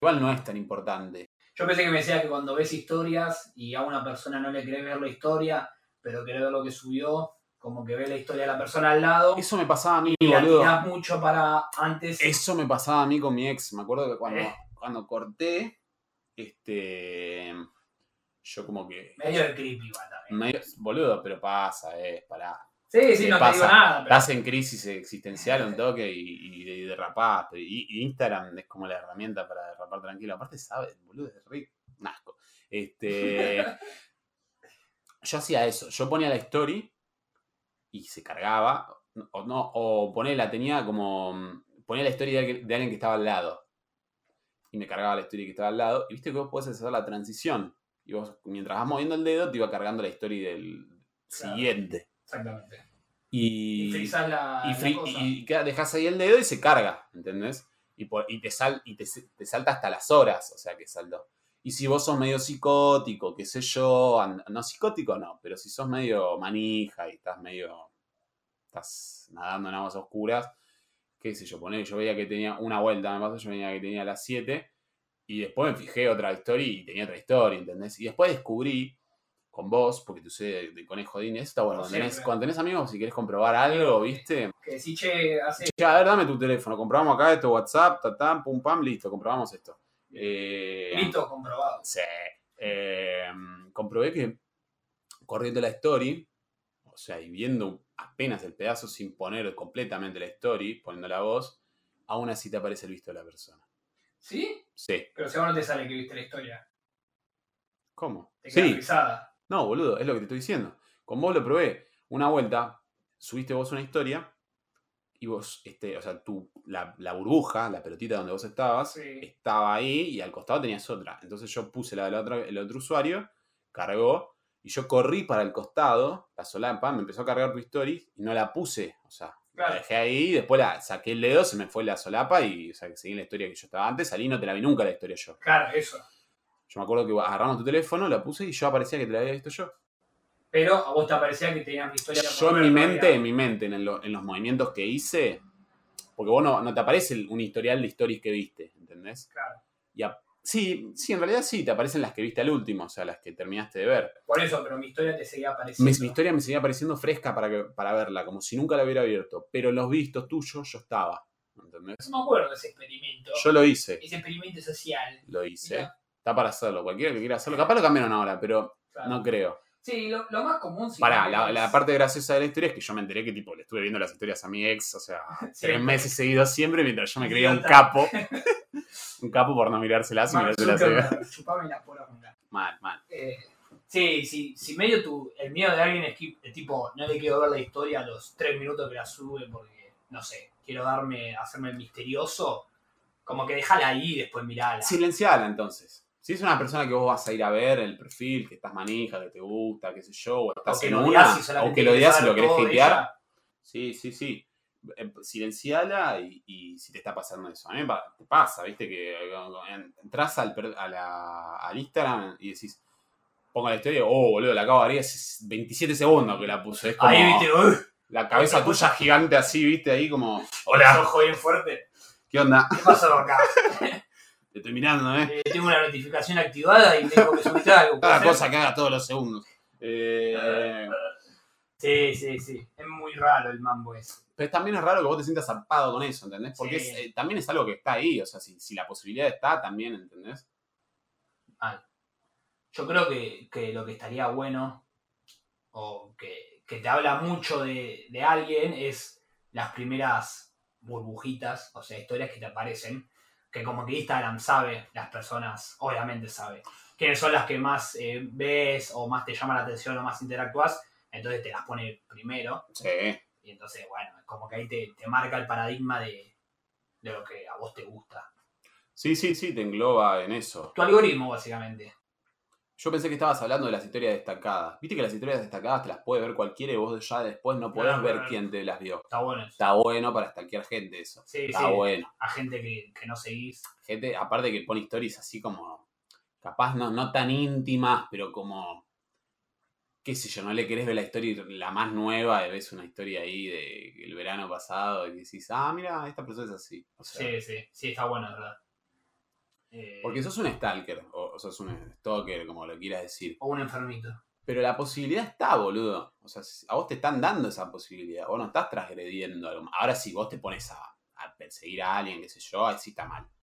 Igual no es tan importante. Yo pensé que me decías que cuando ves historias y a una persona no le querés ver la historia, pero querés ver lo que subió, como que ve la historia de la persona al lado. Eso me pasaba a mí, y la boludo. tirás mucho para antes. Eso me pasaba a mí con mi ex. Me acuerdo que cuando, ¿Eh? cuando corté, este. Yo como que. Medio de creepy igual también. medio- boludo, pero pasa, eh, pará. Sí, sí, me no te digo pasa. nada, pero Estás en crisis existencial Eh. un toque y, y, derrapaste. Y, y Instagram es como la herramienta para derrapar tranquilo. Aparte, sabes, boludo, es re nasco. Este, yo hacía eso. Yo ponía la story y se cargaba. O no, o ponía, la tenía como. Ponía la story de alguien, de alguien que estaba al lado. Y me cargaba la story que estaba al lado. Y viste que vos podés hacer la transición. Y vos, mientras vas moviendo el dedo, te iba cargando la story del Claro. siguiente. exactamente. Y Y frisás la, y, la fri- cosa. y- y queda- dejas ahí el dedo y se carga, ¿entendés? Y, por- y te, sal, y te, se- te salta hasta las horas, o sea que saltó. Y si vos sos medio psicótico, qué sé yo, an- no psicótico no, pero si sos medio manija y estás medio, estás nadando en aguas oscuras, qué sé yo, poner, yo veía que tenía una vuelta, me pasó, yo veía que tenía las 7 y después me fijé otra historia y tenía otra historia, ¿entendés? Y después descubrí con vos, porque te usé de conejo Dini, eso está bueno, Como cuando tenés, siempre. cuando tenés amigos, si querés comprobar algo, ¿viste? Que decís, che, hace Che, a ver, dame tu teléfono, comprobamos acá esto, WhatsApp, tatán, pum pam, listo, comprobamos esto. Eh, gritos comprobados. sí. Eh, comprobé que corriendo la story, o sea, y viendo apenas el pedazo sin poner completamente la story, poniendo la voz, aún así te aparece el visto de la persona. ¿Sí? Sí. Pero si a vos no te sale que viste la historia, ¿Cómo? te quedas Sí. frisada. No, boludo, es lo que te estoy diciendo. Con vos lo probé. Una vuelta, subiste vos una historia y vos, este, o sea, tu, la, la burbuja, la pelotita donde vos estabas, Sí. estaba ahí y al costado tenías otra. Entonces yo puse la del otro, el otro usuario, cargó y yo corrí para el costado, la solapa, me empezó a cargar tu story y no la puse. O sea, la Claro. dejé ahí, después la saqué el dedo, se me fue la solapa y o sea, que seguí la historia que yo estaba antes, salí y no te la vi nunca la historia yo. Claro, eso. Yo me acuerdo que agarramos tu teléfono, la puse y yo aparecía que te la había visto yo. Pero a vos te parecía que tenías la historia. por Yo en ver mi todavía. mente, en mi mente, en, lo- en los movimientos que hice, porque vos no, no te aparece el- un historial de stories que viste, ¿entendés? Claro. Y a- sí, sí, en realidad sí, te aparecen las que viste al último, o sea, las que terminaste de ver. Por eso, pero mi historia te seguía Mi, apareciendo. mi historia me seguía apareciendo fresca para, que- para verla, como si nunca la hubiera abierto, pero los vistos tuyos yo estaba, ¿entendés? No me acuerdo de ese experimento. Yo lo hice, Ese experimento social. lo hice. Mirá. Está para hacerlo, cualquiera que quiera hacerlo. Capaz lo cambiaron ahora, pero Claro. no creo. Sí, lo, lo más común. sí, Pará, creo la, que la es- parte graciosa de la historia es que yo me enteré que tipo le estuve viendo las historias a mi ex, o sea, tres Siempre. meses seguidos siempre, mientras yo me creía un Idiota. capo. un capo por no mirárselas y Mark mirárselas. Zuckerberg, chupame la poronga. Mal, mal. Eh, sí, sí, si medio tu, el miedo de alguien es que, de tipo, no le quiero ver la historia a los tres minutos que la sube porque, no sé, quiero darme, hacerme el misterioso, como que déjala ahí y después mirala. Silenciala entonces. Si es una persona que vos vas a ir a ver el perfil, que estás manija, que te gusta, qué sé yo, o estás O que en lo una, odias y solamente o que lo querés odias y saber lo querés todo de hatear. ella. Sí, sí, sí. Eh, Silenciala y, y si te está pasando eso. A mí me pa- te pasa, viste, que eh, entras al, per- a la- al Instagram y decís, pongo la historia, oh, boludo, la acabo de abrir hace 27 segundos que la puse. Es como Ahí viste, uy, la cabeza tuya gigante así, viste, ahí como, los hola, ojos bien fuerte. ¿qué onda? ¿Qué pasó acá? Te estoy mirando, ¿eh? Eh, tengo una notificación activada y tengo que subir algo. ¿puede Cada ser? Ah, cosa que haga todos los segundos. Eh, Sí, sí, sí. Es muy raro el mambo ese. Pero también es raro que vos te sientas zarpado con eso, ¿entendés? Porque Sí. es, eh, también es algo que está ahí, o sea, si, si la posibilidad está, también, ¿entendés? Yo creo que, que lo que estaría bueno o que, que te habla mucho de, de alguien es las primeras burbujitas, o sea, historias que te aparecen, que como que Instagram sabe, las personas obviamente sabe, quiénes son las que más eh, ves o más te llama la atención o más interactúas, entonces te las pone primero Sí. y entonces, bueno, como que ahí te, te marca el paradigma de, de lo que a vos te gusta. Sí, sí, sí, te engloba en eso. Tu algoritmo, básicamente. Yo pensé que estabas hablando de las historias destacadas. Viste que las historias destacadas te las puede ver cualquiera y vos ya después no podés Claro, ver claro. quién te las vio. Está bueno. eso. Está bueno para stalkear gente eso. Sí, Está sí, bueno. a gente que, que no seguís. Gente, aparte que pone stories así como, capaz no, no tan íntimas, pero como, qué sé yo, no le querés ver la historia la más nueva, y ves una historia ahí del verano pasado y decís, ah, mira, esta persona es así. O sea, Sí, sí, sí, está bueno, es ¿verdad? Eh, Porque sos un stalker, o, o sos un stalker, como lo quieras decir. O un enfermito. Pero la posibilidad está, boludo. O sea, si- a vos te están dando esa posibilidad. Vos no estás transgrediendo algo. Ahora, si vos te pones a, a perseguir a alguien, qué sé yo, ahí sí está mal.